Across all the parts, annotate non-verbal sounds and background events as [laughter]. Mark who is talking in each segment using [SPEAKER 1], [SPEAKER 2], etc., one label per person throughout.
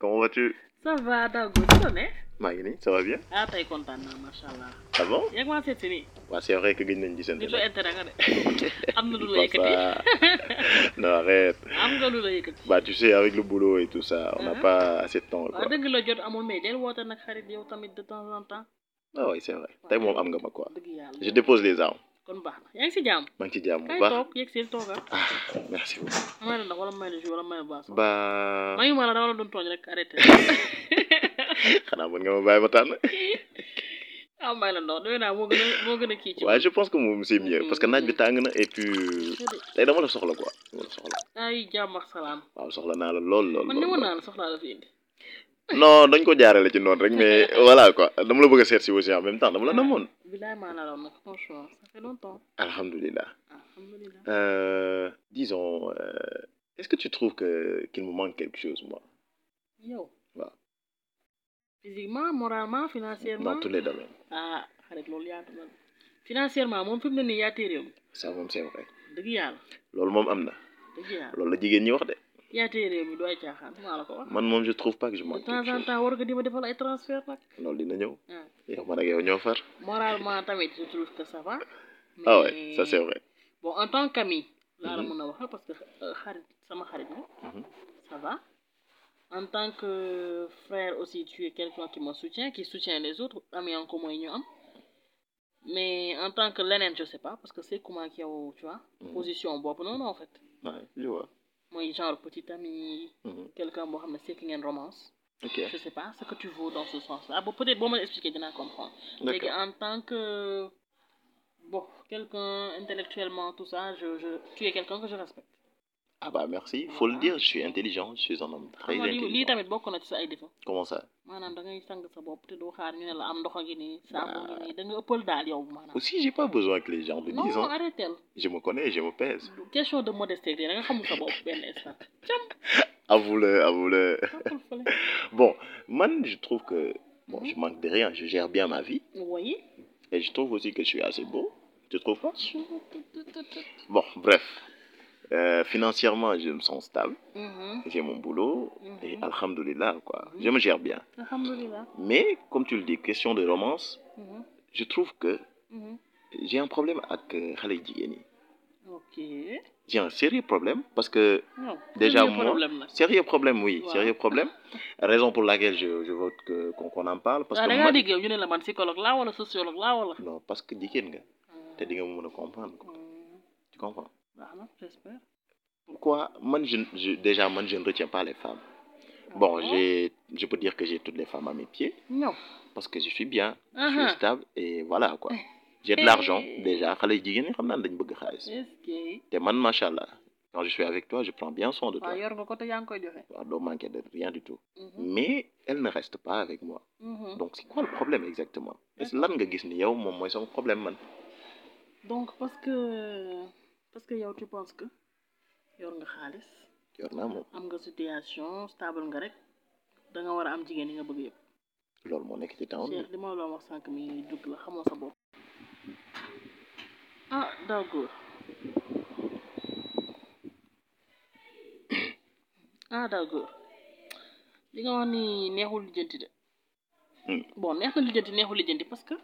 [SPEAKER 1] vas-tu
[SPEAKER 2] Ça va, Dago, tu connais
[SPEAKER 1] maa ngi nii ça va bien.
[SPEAKER 2] ah tey kontaan naa macha allah.
[SPEAKER 1] ah bon
[SPEAKER 2] yaa ngi maa seet si nii.
[SPEAKER 1] waaw c'est vrai que gëj nañ gisante.
[SPEAKER 2] nit lu intérêt nga de. [laughs] am na lu la
[SPEAKER 1] Pas
[SPEAKER 2] yëkkati
[SPEAKER 1] ça. [laughs] non arrête.
[SPEAKER 2] am nga lu la yëkkati.
[SPEAKER 1] Bah tu sais avec le boulot et tout ça, on n'a
[SPEAKER 2] Mhm.
[SPEAKER 1] pas assez de temps quoi.
[SPEAKER 2] waaw dëgg la jot amul mais del woote nag xarit yow tamit de temps en temps.
[SPEAKER 1] Ah oui c'est vrai. Tay moom am nga ma quoi.
[SPEAKER 2] dëgg yàlla.
[SPEAKER 1] Je dépose les armes.
[SPEAKER 2] kon baax na yaa ngi si jàmm.
[SPEAKER 1] maa ngi ci jàmm bu
[SPEAKER 2] kay
[SPEAKER 1] baax.
[SPEAKER 2] toog yegg seen tooga.
[SPEAKER 1] Ah merci beaucoup.
[SPEAKER 2] may la ndax wala may la jus wala may la baas.
[SPEAKER 1] Bah
[SPEAKER 2] mayu ma la dama la doon tooñ rek
[SPEAKER 1] [laughs]
[SPEAKER 2] arrêté.
[SPEAKER 1] xanaa mën nga ma bàyyi ma tànn.
[SPEAKER 2] ah may la ndox defe naa moo gën a moo gën a kii ci.
[SPEAKER 1] waaye je pense que moom c'est mieux parce que naaj bi tàng na et puis tey dama la soxla quoi. dama la soxla
[SPEAKER 2] ay jàmm ak salaam.
[SPEAKER 1] waaw soxla naa la lool lool.
[SPEAKER 2] man
[SPEAKER 1] lool,
[SPEAKER 2] ni ma
[SPEAKER 1] lool.
[SPEAKER 2] naan soxlaa la fi indi.
[SPEAKER 1] non dañ ko jaarale ci noonu rek mais voilà quoi dama la bëgg a seet si aussi en même temps dama la namoon.
[SPEAKER 2] bilaay maa la doon nag franchement ça fait longtemps. Ah,
[SPEAKER 1] alhamdulilah.
[SPEAKER 2] alhamdulilah.
[SPEAKER 1] Euh, disons euh, est-ce que tu trouves que qu'il me manque quelque chose moi
[SPEAKER 2] yow.
[SPEAKER 1] waaw.
[SPEAKER 2] physiquement moralement financièrement.
[SPEAKER 1] dans tous les domaines.
[SPEAKER 2] ah xarit loolu yaatu na. financièrement moom fi mu ne nii yaa téeréew.
[SPEAKER 1] ça moom c'est vrai.
[SPEAKER 2] dëgg yàlla
[SPEAKER 1] loolu moom am na
[SPEAKER 2] dëgg yàlla.
[SPEAKER 1] loolu la jigéen ñi wax de
[SPEAKER 2] yaa téeréew mi dooy caaxaan maa la ko wax.
[SPEAKER 1] man moom je trouve pas que je
[SPEAKER 2] de
[SPEAKER 1] manque
[SPEAKER 2] temps
[SPEAKER 1] quelque
[SPEAKER 2] en
[SPEAKER 1] chose
[SPEAKER 2] temps war nga di ma defal ay transfert nag.
[SPEAKER 1] loolu dina ñëw
[SPEAKER 2] ah
[SPEAKER 1] yow man ak yow ñoo far
[SPEAKER 2] moralement tamit je trouve que ça va.
[SPEAKER 1] ah ouais
[SPEAKER 2] mais-
[SPEAKER 1] ça c'est vrai
[SPEAKER 2] bon en tant qu'ami laa la
[SPEAKER 1] Mhm.
[SPEAKER 2] mën a waxal parce que euh, xarit sama xarit la
[SPEAKER 1] Mhm.
[SPEAKER 2] ça va en tant que frère aussi tu es quelqu'un qui me soutient qui soutient les autres ami en commun yi ñu am mais en tant que leneen je sais pas parce que c'est comment ak yow tu vois
[SPEAKER 1] Mhm.
[SPEAKER 2] position bopp noonu en fait
[SPEAKER 1] ouais je vois
[SPEAKER 2] mooy genre petit ami
[SPEAKER 1] Mhm.
[SPEAKER 2] quelqu'un boo xam ne c'est ki ngeen romance
[SPEAKER 1] ok
[SPEAKER 2] je sais pas ce que tu vaux dans ce sens là bon peut-être boo mën a expliquer dinaa comprendre Léegi
[SPEAKER 1] d'accord
[SPEAKER 2] en tant que bon quelqu'un intellectuellement tout ça je je tu es quelqu'un que je respecte.
[SPEAKER 1] ah bah merci faut le dire je suis intelligent je suis un homme très
[SPEAKER 2] xam nga lii lii
[SPEAKER 1] intelligent
[SPEAKER 2] tamit bokk na ci sa ay défaut
[SPEAKER 1] comment ça
[SPEAKER 2] maanaam da ngay sang sa bopp te doo xaar ñu ne la am ndox a ngi nii saabu
[SPEAKER 1] Bah.
[SPEAKER 2] ngi nii da nga ëppal daal yow maanaam.
[SPEAKER 1] aussi j'ai pas besoin que les gens le
[SPEAKER 2] non
[SPEAKER 1] disent
[SPEAKER 2] non
[SPEAKER 1] hein.
[SPEAKER 2] arrêté la.
[SPEAKER 1] je me connais je me pèse
[SPEAKER 2] question de modestie da nga xamul sa bopp benn instant. cam
[SPEAKER 1] avoue-le avoue-le [laughs]
[SPEAKER 2] toppal fële.
[SPEAKER 1] bon man je trouve que
[SPEAKER 2] Mhm.
[SPEAKER 1] bon je manque de rien je gère bien ma vie
[SPEAKER 2] woyi.
[SPEAKER 1] et je trouve aussi que je suis assez beau tu trouves pas
[SPEAKER 2] Mm-hmm.
[SPEAKER 1] Bon, bref. Euh, financièrement, je me sens stable. J'ai mon boulot. Et
[SPEAKER 2] Mhm.
[SPEAKER 1] alhamdoulilah, quoi.
[SPEAKER 2] Mhm.
[SPEAKER 1] Je me gère bien.
[SPEAKER 2] alhamdulilah.
[SPEAKER 1] Mais, comme tu le dis, question de romance,
[SPEAKER 2] Mhm,
[SPEAKER 1] je trouve que
[SPEAKER 2] mhm.
[SPEAKER 1] j'ai un problème avec euh, Khaled Djigeni.
[SPEAKER 2] ok.
[SPEAKER 1] J'ai un sérieux problème parce que...
[SPEAKER 2] non
[SPEAKER 1] Déjà,
[SPEAKER 2] sérieux
[SPEAKER 1] moi,
[SPEAKER 2] problème la.
[SPEAKER 1] Sérieux problème, oui.
[SPEAKER 2] Wow.
[SPEAKER 1] Sérieux problème. Raison pour laquelle je, je vote que- qu'on qu'on en parle. Parce
[SPEAKER 2] ah
[SPEAKER 1] que
[SPEAKER 2] da ngaa
[SPEAKER 1] man-
[SPEAKER 2] dégg yow ñu ne la man psychologue laa wala sociologue laa wala.
[SPEAKER 1] Non, parce que Djigen, nga. T'es dit que vous me comprendre. quoi.
[SPEAKER 2] Hmm,
[SPEAKER 1] Tu comprends
[SPEAKER 2] baax na j'espère.
[SPEAKER 1] Pourquoi man, je, je- Déjà, moi, je ne retiens pas les femmes. Bon, j'ai, je peux dire que j'ai toutes les femmes à mes pieds.
[SPEAKER 2] Non.
[SPEAKER 1] parce que je suis bien, je
[SPEAKER 2] Aha.
[SPEAKER 1] suis stable et voilà quoi. J'ai de
[SPEAKER 2] Eh.
[SPEAKER 1] l'argent déjà. xale yu jigéen ñi xam naa ne dañ bëgg xaalis.
[SPEAKER 2] Est-ce que.
[SPEAKER 1] te man macha allah quand je suis avec toi je prends bien soin de toi.
[SPEAKER 2] waaw yor nga ko te yaa ngi koy joxe.
[SPEAKER 1] waaw doo manquer de rien du tout.
[SPEAKER 2] Mhm,
[SPEAKER 1] mais elle ne reste pas avec moi.
[SPEAKER 2] mhm.
[SPEAKER 1] donc c'est quoi le problème exactement. est ce lan nga gis ni yow moom mooy sama problème man.
[SPEAKER 2] donc parce que parce que yow tu penses que yor nga xaalis
[SPEAKER 1] yor naa moom
[SPEAKER 2] am nga situation stable nga rek da nga war a am jigéen yi nga bëgg yëpp.
[SPEAKER 1] loolu moo nekk ci temps bi.
[SPEAKER 2] Cheikh li ma la wax sànq mi dugg la xamoo sa bopp. ah daw góor. [coughs] ah daw góor li nga wax ni neexul lijjanti de.
[SPEAKER 1] Hmm.
[SPEAKER 2] bon neex na lijjanti neexul lijjanti parce que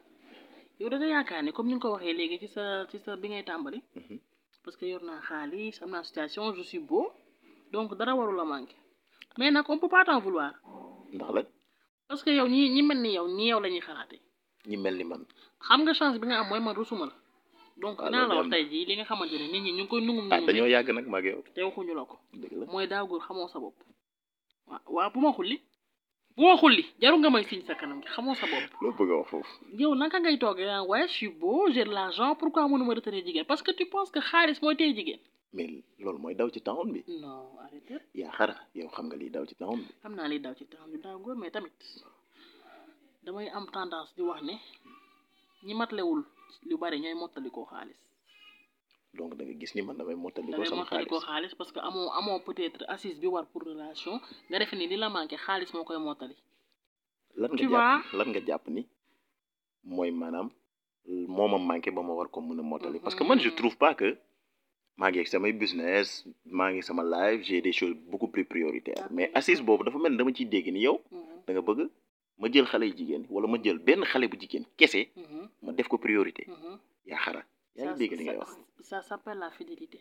[SPEAKER 2] yow da nga yaakaar ni comme ni nga ko waxee léegi ci sa ci sa bi ngay tàmbali.
[SPEAKER 1] Mhm.
[SPEAKER 2] parce que yor naa xaalis am naa situation je suis beau donc dara warul la manqué mais nag on peut pas t'en vouloir
[SPEAKER 1] ndax la
[SPEAKER 2] parce que yow ñi ñi mel ni yow nii yow la ñuy xalaatee.
[SPEAKER 1] ñi mel ni man.
[SPEAKER 2] xam nga chance bi nga am mooy man rusuma la donc
[SPEAKER 1] Ah,
[SPEAKER 2] dinaa la
[SPEAKER 1] loolu
[SPEAKER 2] wax
[SPEAKER 1] am
[SPEAKER 2] tey jii li nga xamante ne nit ñi ñu ngi koy nungum
[SPEAKER 1] ah
[SPEAKER 2] nungum
[SPEAKER 1] dañoo yàgg nag mag yow.
[SPEAKER 2] te waxuñu la ko
[SPEAKER 1] dëgg la
[SPEAKER 2] mooy daaw góor xamoo sa bopp waaw waaw bu ma xulli bu ma xulli jarul nga may siñ sa kanam gi xamoo sa bopp
[SPEAKER 1] loo bëgg a wax foofu.
[SPEAKER 2] yow naka ngay toog yaa waaye je suis beau j'ai de l'argent pourquoi mënuma retenir jigéen parce que tu penses que xaalis mooy tey jigéen
[SPEAKER 1] mais loolu mooy daw ci temps bi.
[SPEAKER 2] non arrêté
[SPEAKER 1] yaa xara yow xam nga liy Ya, daw ci temps bi.
[SPEAKER 2] xam naa li daw ci temps bi daaw góor mais tamit damay am tendance di wax ne ñi matlewul lu bari ñooy mottali koo xaalis
[SPEAKER 1] donc da nga gis ni man damay mottali
[SPEAKER 2] da
[SPEAKER 1] ko
[SPEAKER 2] ngay
[SPEAKER 1] sama
[SPEAKER 2] mottali ko
[SPEAKER 1] xaalis.
[SPEAKER 2] xaalis parce que amoo amoo peut-être assise bi war pour relation nga defe ni li la manqué xaalis moo koy mottali
[SPEAKER 1] lan nga
[SPEAKER 2] Tu
[SPEAKER 1] jàpp lan nga jàpp ni mooy maanaam moo ma manqué ba ma war ko mën a mottali parce que man je
[SPEAKER 2] Mhm.
[SPEAKER 1] trouve pas que maa ngi ak samay business maa ngi sama live j'ai des choses beaucoup plus prioritaires mais assise boobu dafa mel ni dama ciy dégg ni yow
[SPEAKER 2] Mhm,
[SPEAKER 1] da nga bëgg ma jël xale yu jigéen wala ma jël benn xale bu jigéen kese ma def ko priorité yaa xara yaa ngi dégg li ngay wax
[SPEAKER 2] mhm, ça s'appelle la fidélité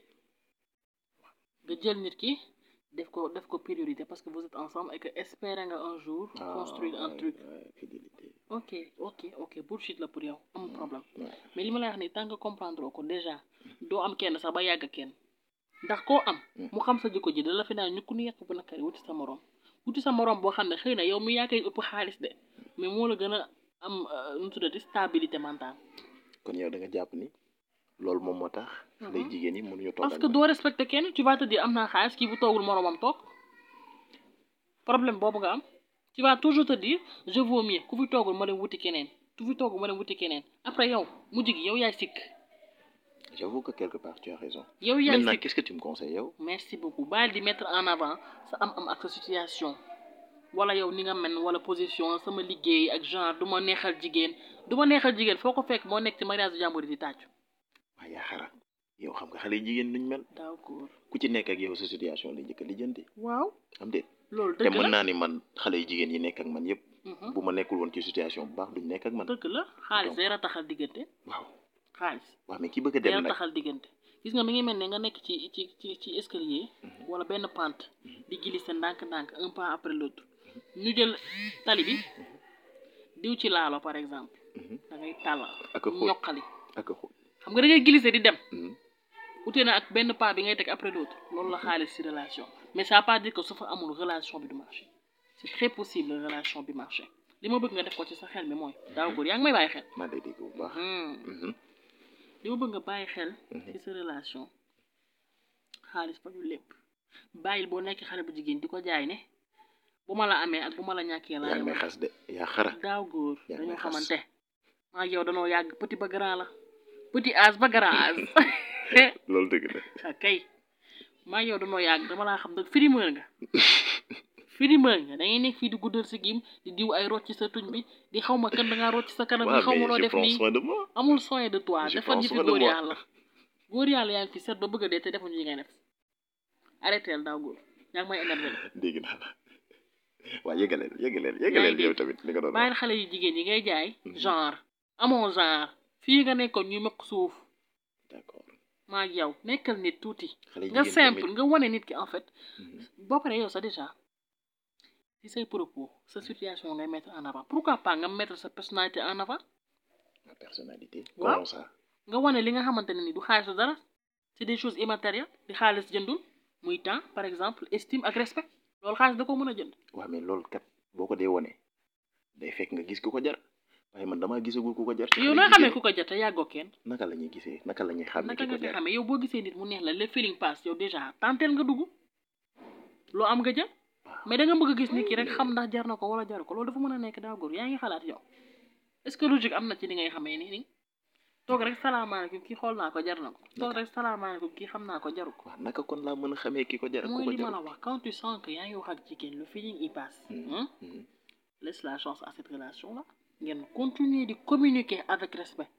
[SPEAKER 2] nga jël nit ki def ko def ko priorité parce que vous êtes ensemble et que espérer nga un jour
[SPEAKER 1] Ah,
[SPEAKER 2] construire un truc
[SPEAKER 1] fidélité
[SPEAKER 2] ok ok ok bullshit la pour yow amul problème mais li ma lay wax nii tant que comprendre ko déjà doo am kenn sax ba yàgg kenn ndax koo am mu xam sa jikko ji da la fi naan ñu ku nekk bu nakari wuti sa morom wuti sa morom boo xam ne xëy na yow mi yaa koy ëpp xaalis de mais moo la gën a am euh, nu mu tuddati stabilité mentale
[SPEAKER 1] kon yow da nga jàpp ni loolu moom moo tax day jigéen yi mënuñu toog
[SPEAKER 2] Mhm. parce que doo respecté kenn tu vas te dire am naa xaalis kii bu toogul moroomam toog problème boobu nga am tu vas toujours te dire je vaux mieux ku fi toogul ma dem wuti keneen ku fi toogul ma dem wuti keneen après yow mujj gi yow yaay sikk
[SPEAKER 1] j'avoue que quelque part tu as raison
[SPEAKER 2] yow yaay
[SPEAKER 1] maintenant
[SPEAKER 2] sikk
[SPEAKER 1] qu'est-ce que tu me conseilles yow
[SPEAKER 2] merci beaucoup baal di mettre en avant sa am-am ak sa situation wala yow ni nga mel wala position sama liggéey ak genre du ma neexal jigéen du ma neexal jigéen foo ko fekk moo nekk ci mariage du jàmbur yi di tàccu
[SPEAKER 1] waaye yaa xara yow xam nga xale yu jigéen nuñ mel
[SPEAKER 2] d'accord
[SPEAKER 1] ku ci nekk ak yow sa situation la njëkk a lijjanti
[SPEAKER 2] waaw
[SPEAKER 1] xam déet
[SPEAKER 2] loolu
[SPEAKER 1] te
[SPEAKER 2] dëgg
[SPEAKER 1] mën
[SPEAKER 2] la
[SPEAKER 1] naa ni man xale yu jigéen yi nekk ak man yëpp
[SPEAKER 2] Mhm.
[SPEAKER 1] bu ma nekkul woon ci situation bu baax duñ nekk ak man
[SPEAKER 2] dëgg la xaalis day rataxal diggante
[SPEAKER 1] waaw
[SPEAKER 2] xaalis
[SPEAKER 1] waaw mais ki bëgg a
[SPEAKER 2] day
[SPEAKER 1] dem nag
[SPEAKER 2] rataxal diggante gis nga mi ngi mel ne nga nekk ci ci ci ci escalier wala benn pente di glisser ndànk-ndànk un pas après l'autre ñu jël tali bi diw ci laalo par exemple
[SPEAKER 1] Mhm.
[SPEAKER 2] da ngay tàllal
[SPEAKER 1] Ak a xóot.
[SPEAKER 2] ñoqali
[SPEAKER 1] ak a xóot
[SPEAKER 2] xam nga da ngay glisser di dem
[SPEAKER 1] Mhm.
[SPEAKER 2] utee na ak benn pas bi ngay teg après l'autre loolu la xaalis ci relation mais ça veut pas dire que su fa amul relation bi du marché c'est très possible relation bi marché li ma bëgg nga def ko ci sa xel mi mooy daaw góor yaa ngi may bàyyi xel Hmm.
[SPEAKER 1] maa day dégg bu baax Mhm.
[SPEAKER 2] li ma bëgg nga bàyyi xel ci sa relation xaalis fa ñu lépp bàyyil boo nekk xale bu jigéen di ko jaay ne bu ma la amee ak bu ma la ñàkkee laa
[SPEAKER 1] yaa ngi may
[SPEAKER 2] yem.
[SPEAKER 1] xas de yaa xara
[SPEAKER 2] daaw góor
[SPEAKER 1] yaa ngi may
[SPEAKER 2] dañoo
[SPEAKER 1] xas.
[SPEAKER 2] xamante maa ngi yow danoo yàgg petit ba grand la petit âge ba grand
[SPEAKER 1] [laughs]
[SPEAKER 2] âge
[SPEAKER 1] loolu dëgg la
[SPEAKER 2] ah kay maa ngi yow danoo yàgg dama laa xam nag frimeur
[SPEAKER 1] [laughs]
[SPEAKER 2] nga frimeur nga da ngay nekk fii di guddal sa gim di diw ay rocc sa tuñ bi di xaw ma kan da ngaa rocc sa kanam bi
[SPEAKER 1] waaw
[SPEAKER 2] xaw ma loo
[SPEAKER 1] mais je
[SPEAKER 2] def
[SPEAKER 1] prends
[SPEAKER 2] nii
[SPEAKER 1] soin de moi
[SPEAKER 2] amul soin de toi
[SPEAKER 1] Je
[SPEAKER 2] defal
[SPEAKER 1] pense
[SPEAKER 2] yi fi
[SPEAKER 1] vraiment.
[SPEAKER 2] góor yàlla góor yàlla yaa ngi fi set ba bëgg a dee te defuñu li ngay def arrêté la daaw góor yaa ngi may
[SPEAKER 1] [laughs]
[SPEAKER 2] énervé
[SPEAKER 1] dégg naa la waaw yëgaleel yëgaleel yëgaleel
[SPEAKER 2] dégg.
[SPEAKER 1] yow tamit li nga doon
[SPEAKER 2] bàyyil
[SPEAKER 1] wax
[SPEAKER 2] xale yu jigéen yi ngay jaay
[SPEAKER 1] Mhm.
[SPEAKER 2] genre amoo genre fii nga nekkoon ñuy maq suuf
[SPEAKER 1] d'accord
[SPEAKER 2] maa ak yow nekkal nit tuuti
[SPEAKER 1] xale yu
[SPEAKER 2] nga
[SPEAKER 1] jigéen tamit-
[SPEAKER 2] simple nga wane nit ki en fait
[SPEAKER 1] Mhm.
[SPEAKER 2] boo paree yow sax déjà si say propos sa situation ngay mettre en avant pourquoi pas nga mettre sa personnalité en avant
[SPEAKER 1] ma personnalité
[SPEAKER 2] Waaw.
[SPEAKER 1] comment ça
[SPEAKER 2] nga wane li nga xamante ne ni du xaalisu dara c'est des choses immatérielles di xaalis jëndul muy temps par exemple estime ak respect loolu xaalis da ko mën a jënd
[SPEAKER 1] waaw mais loolu kat boo ko dee wone day fekk nga gis ku ko jar waaye man damaa gisagul ku ko jar. ci
[SPEAKER 2] yow
[SPEAKER 1] xale
[SPEAKER 2] noo xamee
[SPEAKER 1] jigéen.
[SPEAKER 2] ku ko jot a yàggoo kenn
[SPEAKER 1] naka la ñuy gisee naka la ñuy xàmmee
[SPEAKER 2] naka
[SPEAKER 1] ki ko
[SPEAKER 2] nga ko
[SPEAKER 1] jar
[SPEAKER 2] xamee yow boo gisee nit mu neex la le feeling pass yow déjà tenteel nga dugg loo am nga jël mais da nga bëgg a gis nit ki rek xam ndax jar na ko wala jaru ko loolu dafa mën a nekk daa góor yaa ngi xalaat yow est-ce que logique am na ci li ngay xamee nii nii toog rek salaamaaleykum kii xool naa ko jar na ko toog rek salaamaaleykum kii xam naa ko jaru ko
[SPEAKER 1] waaw naka kon laa mën a xamee ki ko jar ak ku
[SPEAKER 2] mooy
[SPEAKER 1] ko
[SPEAKER 2] li ma
[SPEAKER 1] jar.
[SPEAKER 2] la wax quand tu sens que yaa ngi wax ak jigéen le feeling il passe
[SPEAKER 1] Mhm.
[SPEAKER 2] hein,
[SPEAKER 1] Mhm.
[SPEAKER 2] laisse la chance à cette relation là ngeen continuer di communiquer avec respect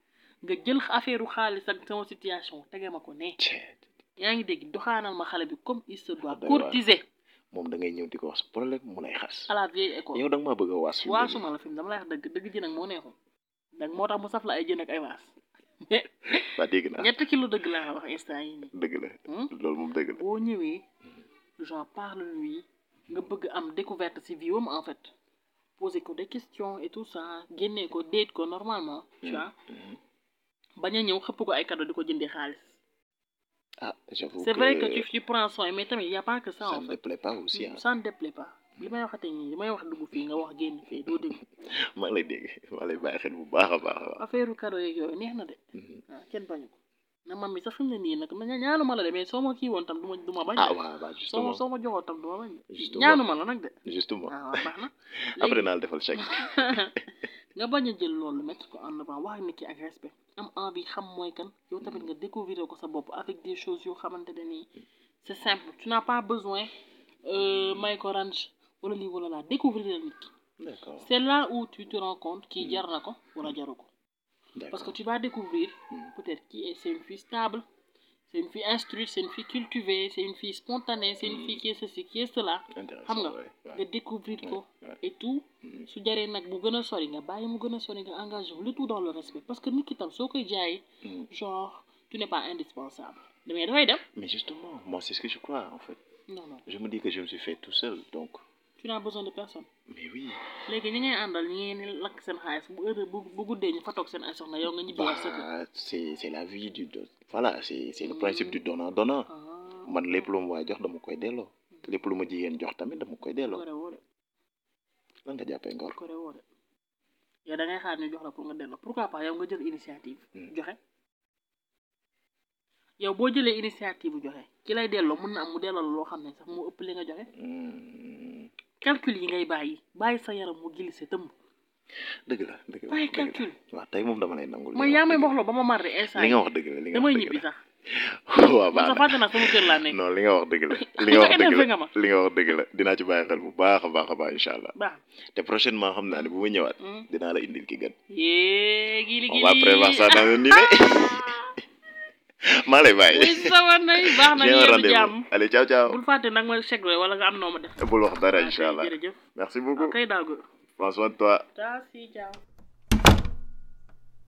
[SPEAKER 2] nga jël affaire u xaalis ak sama situation tege ma ko ne
[SPEAKER 1] Cee
[SPEAKER 2] yaa ngi dégg doxaanal ma xale bi comme il se doit
[SPEAKER 1] Ah, doy waar.
[SPEAKER 2] courtiser
[SPEAKER 1] moom da ngay ñëw di ko wax sa problème mu lay xas.
[SPEAKER 2] à la vieille école
[SPEAKER 1] yow da nga maa bëgg a waas. fi mu ne nii.
[SPEAKER 2] waasuma la fi mu dama lay wax dëgg dëgg jën ak moo neexul dag moo tax mu saf la ay jën ak ay [laughs] waas
[SPEAKER 1] waa dégg naa
[SPEAKER 2] ñetti kilo dëgg laa la wax instant yi nii
[SPEAKER 1] dëgg la
[SPEAKER 2] Hmm?
[SPEAKER 1] loolu moom dëgg la.
[SPEAKER 2] boo ñëwee j'en parle lui nga bëgg am découverte ci vie wam en fait poser ko des questions et tout ça génnee ko déet ko normalement tu vois
[SPEAKER 1] Mhm.
[SPEAKER 2] bañ a ñëw xëpp ko ay cadeau di ko jëndee xaalis
[SPEAKER 1] ah j'avoue
[SPEAKER 2] c'est vrai que tu tu prends soin mais tamit y a pas que ça
[SPEAKER 1] ça
[SPEAKER 2] en
[SPEAKER 1] ne te
[SPEAKER 2] fait
[SPEAKER 1] plaît pas aussi ah.
[SPEAKER 2] ça ne déplaît pas li may waxate nii li may wax dugg fii nga wax génn fii doo dégg
[SPEAKER 1] maa ngi lay dégg maa ngi lay bàyyi xel bu baax a baax a baax.
[SPEAKER 2] affaire cadeau yeeg yooyu neex na de
[SPEAKER 1] Mhm.
[SPEAKER 2] waaw kenn bañu ko na mam mi sax fi mu ne nii nag ma ñaanu ma la de mais soo ma kii woon tam du ma du ma bañ
[SPEAKER 1] ah
[SPEAKER 2] de.
[SPEAKER 1] waaw waaw
[SPEAKER 2] soo ma
[SPEAKER 1] justement
[SPEAKER 2] soo ma joxoon tam du ma bañ de
[SPEAKER 1] Justement.
[SPEAKER 2] ñaanu ma la nag de Ah,
[SPEAKER 1] justement
[SPEAKER 2] waaw baax na
[SPEAKER 1] [laughs] après
[SPEAKER 2] Léegi-
[SPEAKER 1] naa la defal chèque.
[SPEAKER 2] nga bañ a jël loolu mettre ko en avant wax nit ki ak respect am envie xam mooy kan yow tamit nga découvrir ko sa bopp avec des choses yoo xamante ne nii c'est simple tu n'as pas besoin euh, may ko range wala lii wala laa découvrir la nit ki
[SPEAKER 1] d'accord
[SPEAKER 2] c'est là où tu te rends compte kii jar na ko wala jaru ko
[SPEAKER 1] d'accord
[SPEAKER 2] parce que tu vas découvrir
[SPEAKER 1] Mhm.
[SPEAKER 2] peut-être qui est c'est une fille stable C'est une fille instruite, c'est une fille cultivée, c'est une fille spontanée, c'est une
[SPEAKER 1] Mm.
[SPEAKER 2] fille qui est ceci, qui est cela. Xam nga.
[SPEAKER 1] intéressant ouais,
[SPEAKER 2] nga
[SPEAKER 1] ouais.
[SPEAKER 2] découvrir ko
[SPEAKER 1] Ouais, ouais.
[SPEAKER 2] et tout
[SPEAKER 1] Mm.
[SPEAKER 2] su jaree nag mu gën a sori nga bàyyi mu gën a sori nga engagé wu le tout dans le respect parce que nit ki tam soo koy jaay
[SPEAKER 1] Mm.
[SPEAKER 2] genre tu n'es pas indispensable mais dafay dem
[SPEAKER 1] Mais justement, moi, c'est ce que je crois, en fait.
[SPEAKER 2] non non
[SPEAKER 1] Je me dis que je me suis fait tout seul, donc.
[SPEAKER 2] tu n'as besoin de personne
[SPEAKER 1] Mais oui.
[SPEAKER 2] léegi ñi ngay àndal ñi ngeen di lakk seen xaalis bu heure bu bu guddee ñu fa toog seen ay soxna yow nga ñibbi wax sa kër
[SPEAKER 1] Bah, c'est c'est la vie du. don- Voilà, c'est c'est le
[SPEAKER 2] Mm.
[SPEAKER 1] principe du donnant-donnant.
[SPEAKER 2] Ah.
[SPEAKER 1] man lépp lu ma waay jox dama koy delloo lépp lu ma jigéen jox tamit dama koy delloo
[SPEAKER 2] kore woo de
[SPEAKER 1] lan nga jàppee ngor
[SPEAKER 2] kore woo de yow da ngay xaar ñu jox la pour nga delloo pourquoi pas yow nga jël initiative
[SPEAKER 1] Mm.
[SPEAKER 2] joxe yow boo jëlee initiative joxe ki lay delloo mën na am mu delloo la loo xam ne sax moo ëpp li nga joxe
[SPEAKER 1] Hmm,
[SPEAKER 2] calcul yi ngay bàyyi bàyyi sa yaram mu glissé tëmb
[SPEAKER 1] dëgg la dëgg la
[SPEAKER 2] bàyyi
[SPEAKER 1] dëgg la.
[SPEAKER 2] calcul
[SPEAKER 1] waaw tey moom dama lay nangul
[SPEAKER 2] man
[SPEAKER 1] li
[SPEAKER 2] yaa
[SPEAKER 1] nga
[SPEAKER 2] may
[SPEAKER 1] wax
[SPEAKER 2] wax loo ba ma marre
[SPEAKER 1] dëgg la.
[SPEAKER 2] instant
[SPEAKER 1] li
[SPEAKER 2] yi
[SPEAKER 1] nga wax dëgg la li nga
[SPEAKER 2] damay
[SPEAKER 1] wax [laughs] dëgg
[SPEAKER 2] ñibbi
[SPEAKER 1] la
[SPEAKER 2] sax
[SPEAKER 1] waaw
[SPEAKER 2] man
[SPEAKER 1] baax
[SPEAKER 2] sa
[SPEAKER 1] na
[SPEAKER 2] fàtte naa sama kër laa nekk
[SPEAKER 1] non li nga wax dëgg la li nga wax dëgg
[SPEAKER 2] énervé
[SPEAKER 1] la
[SPEAKER 2] nga ma
[SPEAKER 1] li nga wax dëgg la dinaa ci bàyyi xel bu baax a baax a baax incha allah
[SPEAKER 2] baax
[SPEAKER 1] te prochainement xam naa ne bu ma ñëwaat
[SPEAKER 2] Hmm.
[SPEAKER 1] dinaa la indil ki gën
[SPEAKER 2] yee gili
[SPEAKER 1] on
[SPEAKER 2] gili
[SPEAKER 1] va prévoir
[SPEAKER 2] [laughs]
[SPEAKER 1] ça dans une idée maa lay bàyyi
[SPEAKER 2] Ah, oui sawar nay baax na
[SPEAKER 1] J'ai un
[SPEAKER 2] yéen jàmm
[SPEAKER 1] rendez-vous allez ciao ciao
[SPEAKER 2] bul fàtte nag ma chèque wala nga am noo ma def
[SPEAKER 1] bul wax dara
[SPEAKER 2] Ok,
[SPEAKER 1] incha allah
[SPEAKER 2] jërëjëf
[SPEAKER 1] merci beaucoup
[SPEAKER 2] ok daago
[SPEAKER 1] prends soin de toi
[SPEAKER 2] daa si jàmm